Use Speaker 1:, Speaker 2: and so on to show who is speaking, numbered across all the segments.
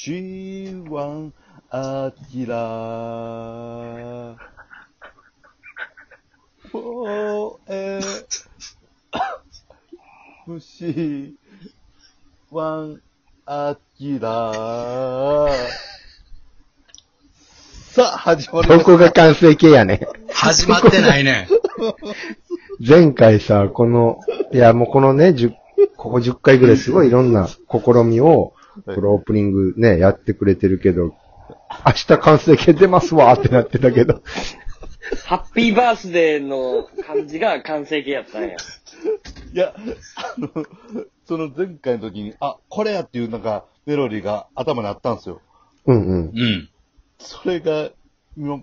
Speaker 1: 4MC1 アキラ 4MC1 アキラさあ、始まりま
Speaker 2: そ
Speaker 1: し
Speaker 2: こが完成形やね。
Speaker 3: 始まってない ね。
Speaker 2: 前回さ、この、いやもうこのね、10ここ10回ぐらいすごいいろんな試みを、
Speaker 1: は
Speaker 2: こ
Speaker 1: い
Speaker 2: のオープニングね、やってくれてるけど、明日完成形出ますわーってなってたけど、
Speaker 4: ハッピーバースデーの感じが完成形やったん や。
Speaker 1: いや、あの、その前回の時に、あ、これやっていうなんかメロディーが頭にあったんですよ。
Speaker 2: うんうん。
Speaker 3: うん。
Speaker 1: それが、今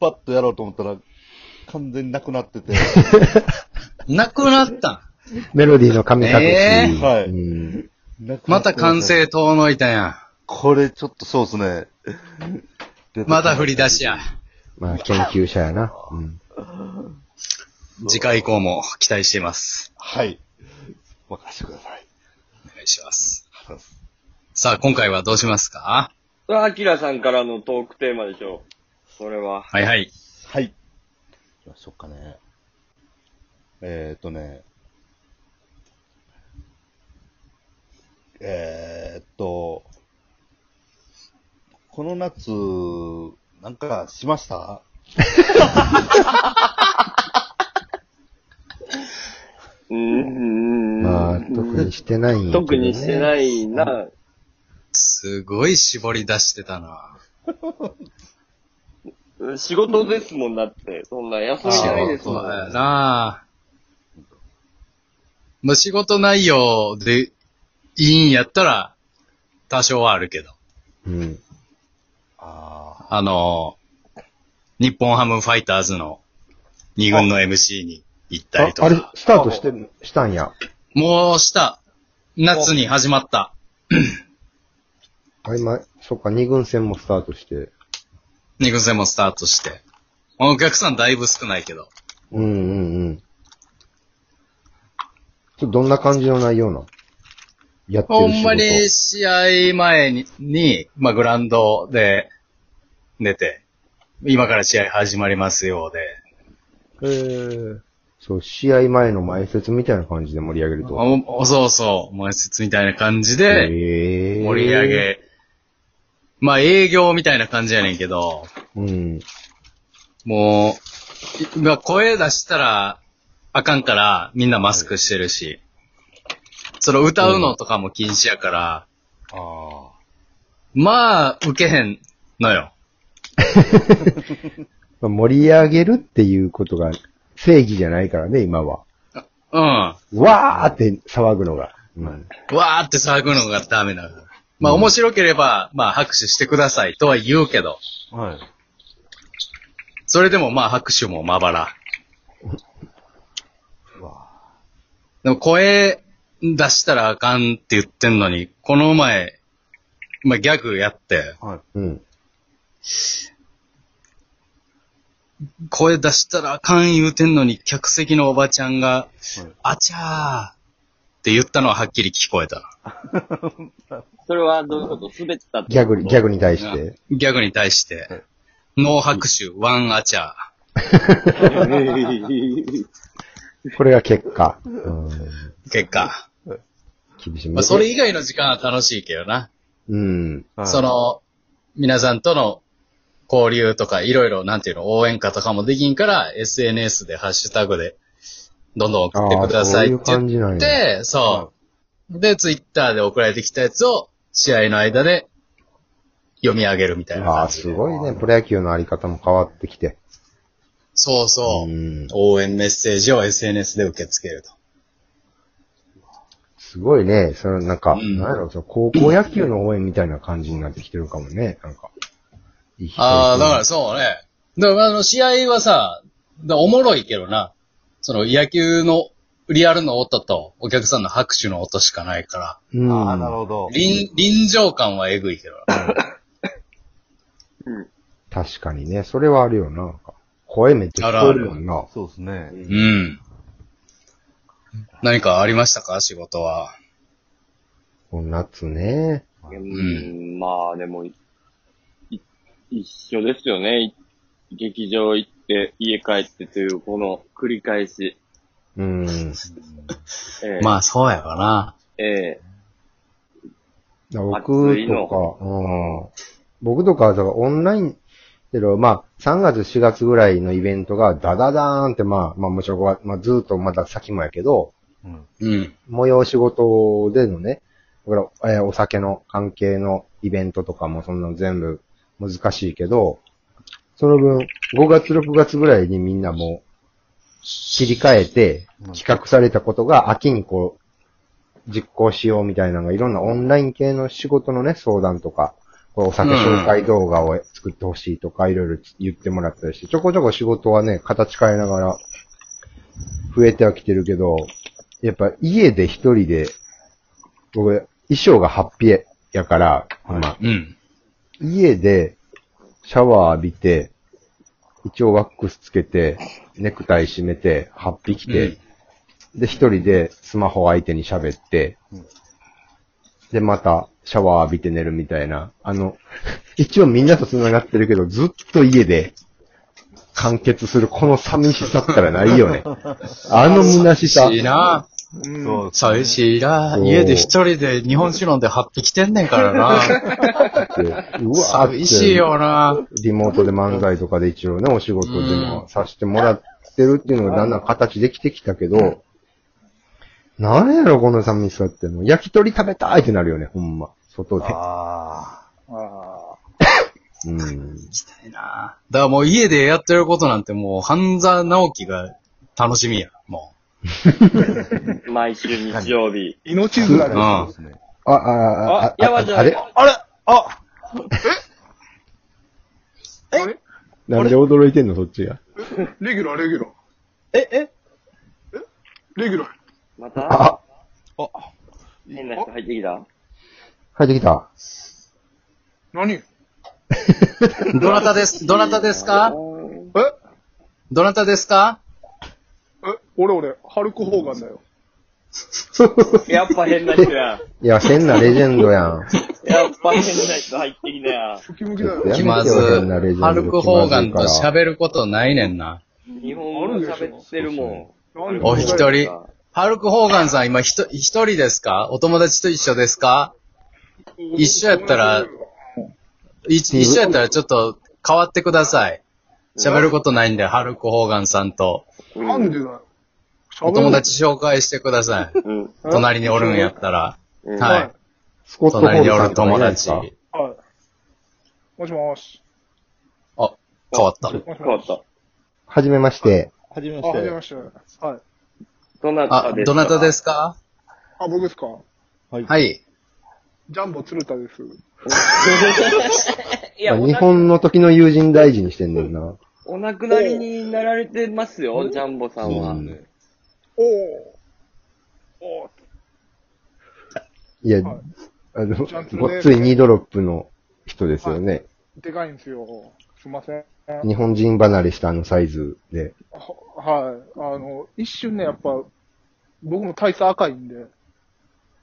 Speaker 1: パッとやろうと思ったら、完全になくなってて。
Speaker 3: なくなった。
Speaker 2: メロディーの神隠し。
Speaker 3: え
Speaker 1: ーはい
Speaker 2: うん
Speaker 1: なくな
Speaker 3: ま
Speaker 1: った
Speaker 3: 完。成遠のいたやん。
Speaker 1: これちょっとそうですね。
Speaker 3: また振り出しや。
Speaker 2: まあ研究者やな。うん
Speaker 3: 次回以降も期待しています。
Speaker 1: はい。任せてください。
Speaker 3: お願いします。さあ、今回はどうしますか
Speaker 4: これはアキラさんからのトークテーマでしょう。それは。
Speaker 3: はいはい。
Speaker 1: はい。行きましょうかね。えーっとね。えーっと、この夏、なんかしました
Speaker 4: うーん。
Speaker 2: まあ、特にしてないんやけど、ね。
Speaker 4: 特にして
Speaker 2: い。
Speaker 4: ないな。
Speaker 3: すごい絞り出してたな。
Speaker 4: 仕事ですもんだって。そんな休みないです
Speaker 3: そ
Speaker 4: も。
Speaker 3: うんやなまあ仕事内容でいいんやったら、多少はあるけど。
Speaker 2: うん。
Speaker 1: あ
Speaker 3: あの、日本ハムファイターズの2軍の MC に行った
Speaker 2: あ
Speaker 3: りと
Speaker 2: あれ
Speaker 3: か。、
Speaker 2: スタートしてる、したんや。
Speaker 3: もうした。夏に始まった。
Speaker 2: あれ、ま、そっか、二軍戦もスタートして。
Speaker 3: 2軍戦もスタートして。お客さんだいぶ少ないけど。
Speaker 2: うんうんうん。ちょどんな感じの内容なのやってる仕
Speaker 3: ほ
Speaker 2: 事
Speaker 3: んまに試合前に、にまあ、グラウンドで寝て、今から試合始まりますよ
Speaker 2: え
Speaker 3: うで、
Speaker 2: ー、そう、試合前の前説みたいな感じで盛り上げると。
Speaker 3: おおそうそう、前説みたいな感じで
Speaker 2: えー、
Speaker 3: 盛り上。げ、まあ営業みたいな感じやねんけど、
Speaker 2: うん。
Speaker 3: もう、いまあ、声出したらあかんから、みんなマスクしてるし、その歌うのとかも禁止やから、
Speaker 1: あ。あ
Speaker 3: まあ、受けへんのよ。
Speaker 2: まあ盛り上げるっていうことが正義じゃないからね、今は。
Speaker 3: うん。わ
Speaker 2: わーって騒ぐのが。うん。
Speaker 3: ーって騒ぐのがダメなの。まあ、面白ければ、まあ、拍手してくださいとは言うけど、
Speaker 1: あ。はい。
Speaker 3: それでもまあ、拍手もまばら。
Speaker 1: わ
Speaker 3: でも、声出したらあかんって言ってんのに、この前、まあ、ギャグやって、
Speaker 1: あ。はい。
Speaker 2: うん。
Speaker 3: 声出したらあかん言うてんのに、客席のおばちゃんが、あちゃーって言ったのははっきり聞こえた。
Speaker 4: それはどういうこと滑ったって
Speaker 2: ギャグ、ギャグに対し
Speaker 3: ギ
Speaker 2: て。
Speaker 3: ャグに対して、ノー拍手、ワンアチャー。
Speaker 2: これが結果。うん。
Speaker 3: 結果。
Speaker 2: 厳しい。
Speaker 3: まあ、それ以外の時間は楽しいけどな。
Speaker 2: うん。
Speaker 1: はい
Speaker 3: そ、の、皆さんとの交流とか、いろいろ、なんていうの、応援歌とかもできんから、SNS でハッシュタグで、どんどん送ってくださいって
Speaker 2: あーそういう感じな
Speaker 3: 言
Speaker 2: ん
Speaker 3: っ
Speaker 2: や
Speaker 3: て、そう。で、ツイッターで送られてきたやつを、試合の間で、読み上げるみたいな
Speaker 2: あ
Speaker 3: 感
Speaker 2: あ、
Speaker 3: じ
Speaker 2: す
Speaker 3: で。
Speaker 2: ごいね。プロ野球のあり方も変わってきて。
Speaker 3: そうそうう。
Speaker 2: ん。
Speaker 3: 応援メッセージを SNS で受け付けると。
Speaker 2: すごいね。その、なんか、
Speaker 3: うん
Speaker 2: なんやろ、その高校野球の応援みたいな感じになってきてるかもね。なんか。いい人
Speaker 3: ああ、だからそうね。だからあの、試合はさ、だからおもろいけどな。その野球のリアルの音とお客さんの拍手の音しかないか
Speaker 2: うん。
Speaker 1: ああ、なるほど
Speaker 3: ら、。臨、臨場感はえぐいけどな。
Speaker 2: 確かにね。それはあるよな。なんか声めっちゃ聞こえるもんな。
Speaker 1: そうですね。
Speaker 3: うん。何かありましたか仕事は。
Speaker 2: もう夏ね。
Speaker 4: うーん、まあでもい、い一緒ですよね。い劇場行って、家帰ってという、この繰り返し。
Speaker 2: うん。
Speaker 4: ええ
Speaker 3: まあ、そうやわな。
Speaker 4: ええ暑
Speaker 2: 僕
Speaker 4: い
Speaker 2: と
Speaker 4: の
Speaker 2: か、うん、僕とかはだからオンラインけど、まあ、3月、4月ぐらいのイベントがダダダーンって、まあ、まあ、もちろんわ、まあ、ずーっとまだ先もやけど、
Speaker 1: うん。
Speaker 3: うん。
Speaker 2: 催し事でのね、だから、えーお酒の関係のイベントとかもそんなの全部難しいけど、その分、5月、6月ぐらいにみんなもう切り替えて、企画されたことが秋にこう、実行しようみたいなのが、いろんなオンライン系の仕事のね、相談とか、こうお酒紹介動画を作ってほしいとか、いろいろ言ってもらったりして、ちょこちょこ仕事はね、形変えながら増えてはきてるけど、やっぱ家で一人で、僕、衣装がハッピーやから、
Speaker 1: はい
Speaker 2: まあ
Speaker 3: うん。
Speaker 2: 家でシャワー浴びて、一応ワックスつけて、ネクタイ締めて、ハッピー着て、で、一人でスマホ相手に喋って
Speaker 1: うん、
Speaker 2: で、またシャワー浴びて寝るみたいな、あの、一応みんなと繋がってるけど、ずっと家で完結するこの寂しさったらな いよね。あの虚しさ。
Speaker 3: 寂しいな。
Speaker 1: そう
Speaker 3: 寂しいな。
Speaker 2: そう
Speaker 3: 家で一人で日本酒飲んで8匹てんねんからな。
Speaker 2: って うわーって
Speaker 3: 寂しいよな。
Speaker 2: リモートで漫才とかで一応ね、お仕事でもさせてもらってるっていうのがだんだん形できてきたけど、なんやろ、この寂しさって。もう焼き鳥食べたいってなるよね、ほんま。外で。
Speaker 1: あ
Speaker 2: うん。
Speaker 3: いいなだからもう家でやってることなんてもう、半沢直樹が楽しみや。も
Speaker 4: 毎週日曜日。
Speaker 5: 命綱
Speaker 1: あ。
Speaker 5: で
Speaker 3: う
Speaker 5: す。
Speaker 1: そう
Speaker 3: ん
Speaker 1: ですね。
Speaker 2: あ、あ、あ、
Speaker 4: あ
Speaker 2: あ、、
Speaker 4: やばじゃ
Speaker 2: あ
Speaker 4: ん。
Speaker 2: れ
Speaker 5: あれあ
Speaker 2: なんで驚いてんの、そっちが。
Speaker 5: レギュラー、レギュラー。
Speaker 1: え、え
Speaker 5: レギュラー。
Speaker 4: また
Speaker 2: あ、
Speaker 4: 変な人入ってきた
Speaker 2: 入ってきた。
Speaker 5: 何え
Speaker 3: う。どなたです、どなたですか
Speaker 4: あー
Speaker 3: どなたですか
Speaker 5: え俺俺、ハルク・ホーガンだよ。
Speaker 4: やっぱ変な人や。
Speaker 2: いや、変なレジェンドやん。
Speaker 4: やっぱ変な人入ってきたや。
Speaker 5: ムキムキだよ。
Speaker 2: やめて
Speaker 3: 気
Speaker 2: よ
Speaker 3: まず
Speaker 2: そんなレジェン、ド
Speaker 3: ハルク・ホーガンと喋ることないねんな。
Speaker 4: 日本語喋ってるも
Speaker 5: なん
Speaker 4: ん。
Speaker 5: で
Speaker 3: お一人
Speaker 4: い
Speaker 3: ハルク・ホーガンさん今ひと一人ですかお友達と一緒ですか一緒やったらい一緒やったらちょっと変わってください。喋ることないんで、ハルク・ホーガンさんと
Speaker 5: なんでだよ。
Speaker 3: お友達紹介してください。
Speaker 4: うん。
Speaker 3: 隣におるんやったら。
Speaker 4: うん
Speaker 5: は
Speaker 3: はいい。
Speaker 2: スコット・ホー
Speaker 3: 隣に
Speaker 2: ル
Speaker 3: お
Speaker 2: さ
Speaker 3: る
Speaker 2: んとかい
Speaker 3: 友
Speaker 2: ないです
Speaker 3: 達。
Speaker 2: か
Speaker 3: あ、
Speaker 5: はい。もしもし。
Speaker 3: 変わった。
Speaker 5: もし
Speaker 4: 変わ
Speaker 5: もし。
Speaker 4: った。
Speaker 2: はじめまして。
Speaker 1: はじめ
Speaker 5: あ、
Speaker 1: ま
Speaker 5: は
Speaker 1: し
Speaker 5: じめ
Speaker 1: て
Speaker 5: ま。して。はい。
Speaker 4: どなた
Speaker 3: あ
Speaker 4: ですか、
Speaker 3: どなたですすか
Speaker 5: あ、僕ですか
Speaker 3: はい。
Speaker 5: ジャンボ鶴田です。
Speaker 4: いや、
Speaker 2: ま
Speaker 4: お
Speaker 2: あ日
Speaker 4: な
Speaker 2: 本の時の友人大事にしてんねんな。
Speaker 4: お亡くなりになられてますよ、ジャンボさんは。
Speaker 2: うん
Speaker 5: おお。おお。
Speaker 2: いや、
Speaker 5: はい
Speaker 2: あの、
Speaker 5: ちゃんとね
Speaker 2: ごっつい2ドロップの人ですよね。
Speaker 5: でかいんですよ。すいません。
Speaker 2: 日本人離れしたあのサイズで。
Speaker 5: はい。あの、一瞬ね、やっぱ、僕も体質赤いんで、やっ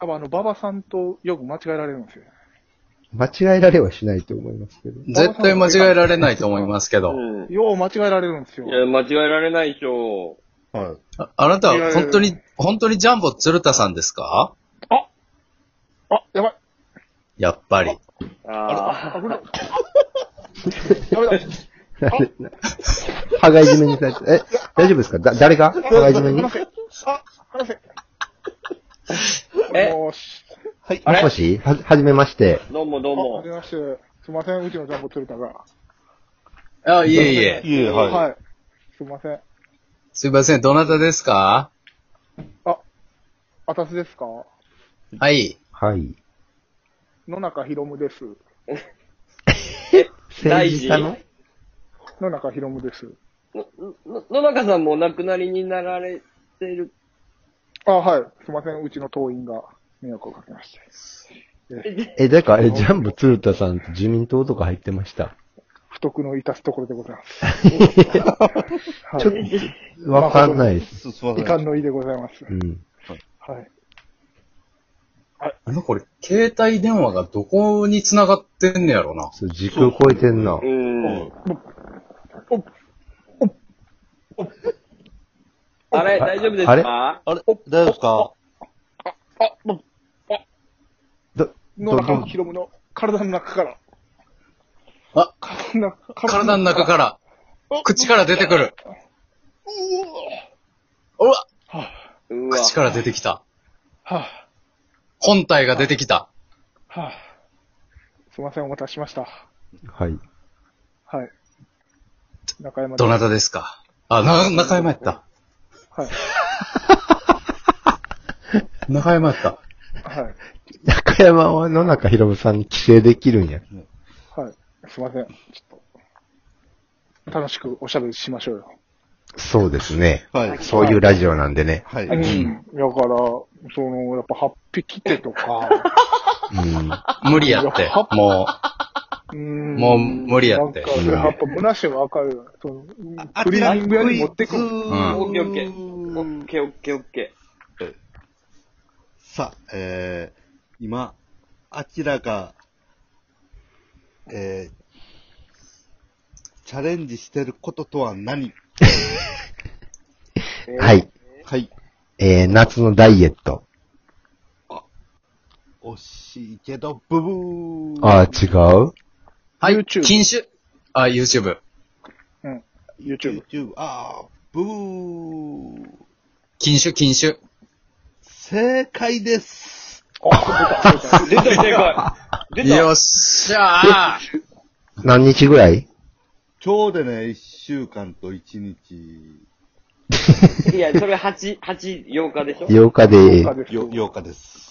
Speaker 5: ぱあの、馬場さんとよく間違えられるんですよ。
Speaker 2: 間違えられはしないと思いますけど。
Speaker 3: 絶対間違えられないと思いますけど。
Speaker 4: うん
Speaker 5: よう間違えられるんですよ
Speaker 4: い。や、間違えられないでしょ。
Speaker 1: はい。
Speaker 3: ああなた、本当に、本当にジャンボ鶴田さんですか
Speaker 5: あ、やばい。
Speaker 3: やっぱり。
Speaker 4: ああ。
Speaker 5: やめだ。
Speaker 2: なんでな羽がいじめにされて、え、大丈夫ですかだ、誰が羽がいじめに
Speaker 5: 話せ。あ、話せ。
Speaker 4: え
Speaker 5: よーし。
Speaker 1: はい。
Speaker 2: もしもしは、はじめまして。
Speaker 4: どうもどう
Speaker 5: あ、
Speaker 4: も
Speaker 5: はじ。めまして。すいません、うちのジャンボ鶴田が。
Speaker 3: あ、いえいえ。
Speaker 1: いえ、はい。
Speaker 5: はい。すいません。
Speaker 3: すいません、どなたですか
Speaker 5: あたしですか
Speaker 3: はい。
Speaker 2: はい。
Speaker 5: 野中ひろむです。
Speaker 2: 政治家の
Speaker 5: 野中ひろむです。
Speaker 4: のの野中さんもお亡くなりになられてる。
Speaker 5: あ、はい。すいません、うちの党員が迷惑をかけまして。
Speaker 2: え、だから、え、ジャンボ鶴田さんって自民党とか入ってました。
Speaker 5: 不徳の致すところでございます。 はい、
Speaker 2: ちょっと、わかんないです。
Speaker 1: す、すいませ
Speaker 5: 遺
Speaker 1: ん。
Speaker 5: 憾の意でございます。
Speaker 2: うん。
Speaker 5: はい。
Speaker 3: なんかこれ、携帯電話がどこに繋がってんねやろな。
Speaker 2: そう時空超えてんな
Speaker 4: う。ん。あれ、大丈夫です
Speaker 2: あれ
Speaker 4: か
Speaker 1: あれ大丈夫ですか
Speaker 5: あ、もう、あ、
Speaker 2: ど
Speaker 5: 野中の広むの体の中から。
Speaker 3: あ、
Speaker 5: 体の中から
Speaker 3: 体の中から、口から出てくる。うわ
Speaker 4: うわ。
Speaker 3: 口から出てきた。
Speaker 5: は
Speaker 3: 本体が出てきた。
Speaker 5: あ、はあ。すいません、お待たせしました。
Speaker 2: はい。
Speaker 5: はい。中山です
Speaker 3: どなたですかあ、な、中山やった。
Speaker 5: はい。
Speaker 3: 中山やった。
Speaker 5: はい。
Speaker 2: 中山は野中博さんに帰省できるんや。
Speaker 5: はい。すいません。ちょっと、楽しくおしゃべりしましょうよ。
Speaker 2: そうですね。
Speaker 1: はい。
Speaker 2: そういうラジオなんでね。
Speaker 1: は
Speaker 5: う
Speaker 1: い。
Speaker 5: ん。だから、その、やっぱ、8匹手と か、
Speaker 2: うん。
Speaker 3: 無理や って。も
Speaker 5: うん
Speaker 3: もう無理やって
Speaker 5: なんかやっぱ、虚しいわかる。その、クリーニング屋に持ってくる。
Speaker 1: うん
Speaker 4: オッケーオッケー。オッケーオッケーオッケ
Speaker 1: さあ、えー、今、明らか、えー、チャレンジしてることとは何
Speaker 2: はい。
Speaker 1: はい。
Speaker 2: えー、夏のダイエット。
Speaker 1: 惜しいけど、ブブー。
Speaker 2: ああ、違う
Speaker 3: う、はい、
Speaker 5: YouTube
Speaker 3: 禁酒。あ、YouTube。
Speaker 5: うん。YouTube。
Speaker 1: YouTube。あー、ブー。
Speaker 3: 禁酒、禁酒。
Speaker 1: 正解です。
Speaker 4: ー。出た、正解。出た。
Speaker 3: よっしゃー
Speaker 2: 何日ぐらい
Speaker 1: ちょうどね、一週間と一日、
Speaker 4: いや、それ8、8、8日でしょ
Speaker 2: ?8 日で
Speaker 5: 他です
Speaker 1: よ、8日です。